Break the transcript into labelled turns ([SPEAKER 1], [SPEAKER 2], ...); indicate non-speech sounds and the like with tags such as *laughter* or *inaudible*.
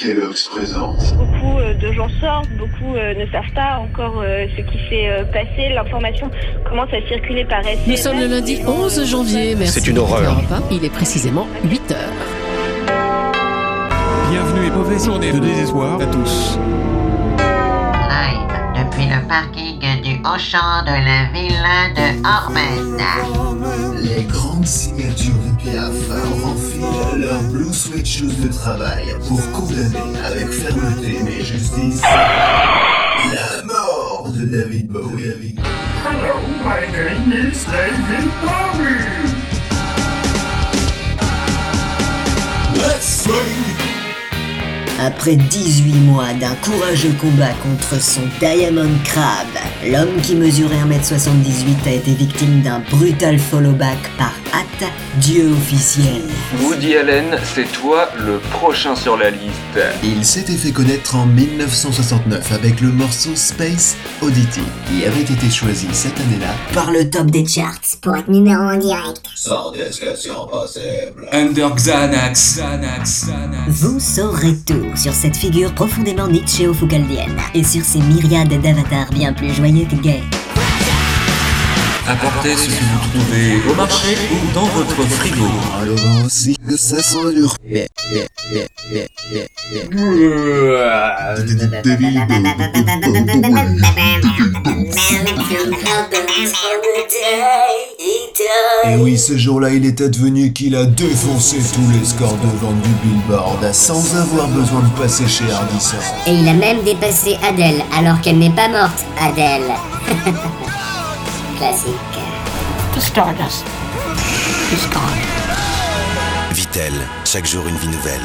[SPEAKER 1] Kellogg's présente.
[SPEAKER 2] Beaucoup euh, de gens sortent, beaucoup euh, ne savent pas encore euh, ce qui s'est euh, passé. L'information commence à circuler par SMS.
[SPEAKER 3] Nous sommes le lundi
[SPEAKER 2] Les gens,
[SPEAKER 3] 11
[SPEAKER 2] euh,
[SPEAKER 3] janvier. Merci.
[SPEAKER 4] C'est une horreur.
[SPEAKER 3] Europe 1. Il est précisément 8 heures.
[SPEAKER 5] Bienvenue et mauvaise journée de désespoir à tous.
[SPEAKER 6] live depuis le parking du Auchan de la villa de Ormen.
[SPEAKER 1] Les grandes signatures de Piaf renfilent leur blue sweatshirt de travail pour condamner avec fermeté mais justice la mort de David Bowie. Hello, my name is David Bowie. Let's sing.
[SPEAKER 7] Après 18 mois d'un courageux combat contre son Diamond Crab, l'homme qui mesurait 1m78 a été victime d'un brutal follow-back par At, dieu officiel.
[SPEAKER 8] Woody Allen, c'est toi le prochain sur la liste.
[SPEAKER 1] Il s'était fait connaître en 1969 avec le morceau Space Oddity, qui avait été choisi cette année-là
[SPEAKER 7] Par le top des charts.
[SPEAKER 9] pour être numéro en direct.
[SPEAKER 1] sans discussion possible.
[SPEAKER 10] Under Xanax, Xanax, Xanax.
[SPEAKER 7] Vous saurez tout sur cette figure profondément Nietzscheo-Foucaldienne et sur ses myriades d'avatars bien plus joyeux que gays.
[SPEAKER 10] Apportez ce que vous trouvez au marché ou dans votre frigo.
[SPEAKER 1] Alors aussi que ça soit leur Et Eh oui, ce jour-là, il était devenu qu'il a défoncé tous les scores de vente du Billboard sans avoir besoin de passer chez Ardisson.
[SPEAKER 9] Et il a même dépassé Adèle, alors qu'elle n'est pas morte, Adèle. *laughs* Classique.
[SPEAKER 4] Vitel, chaque jour une vie nouvelle.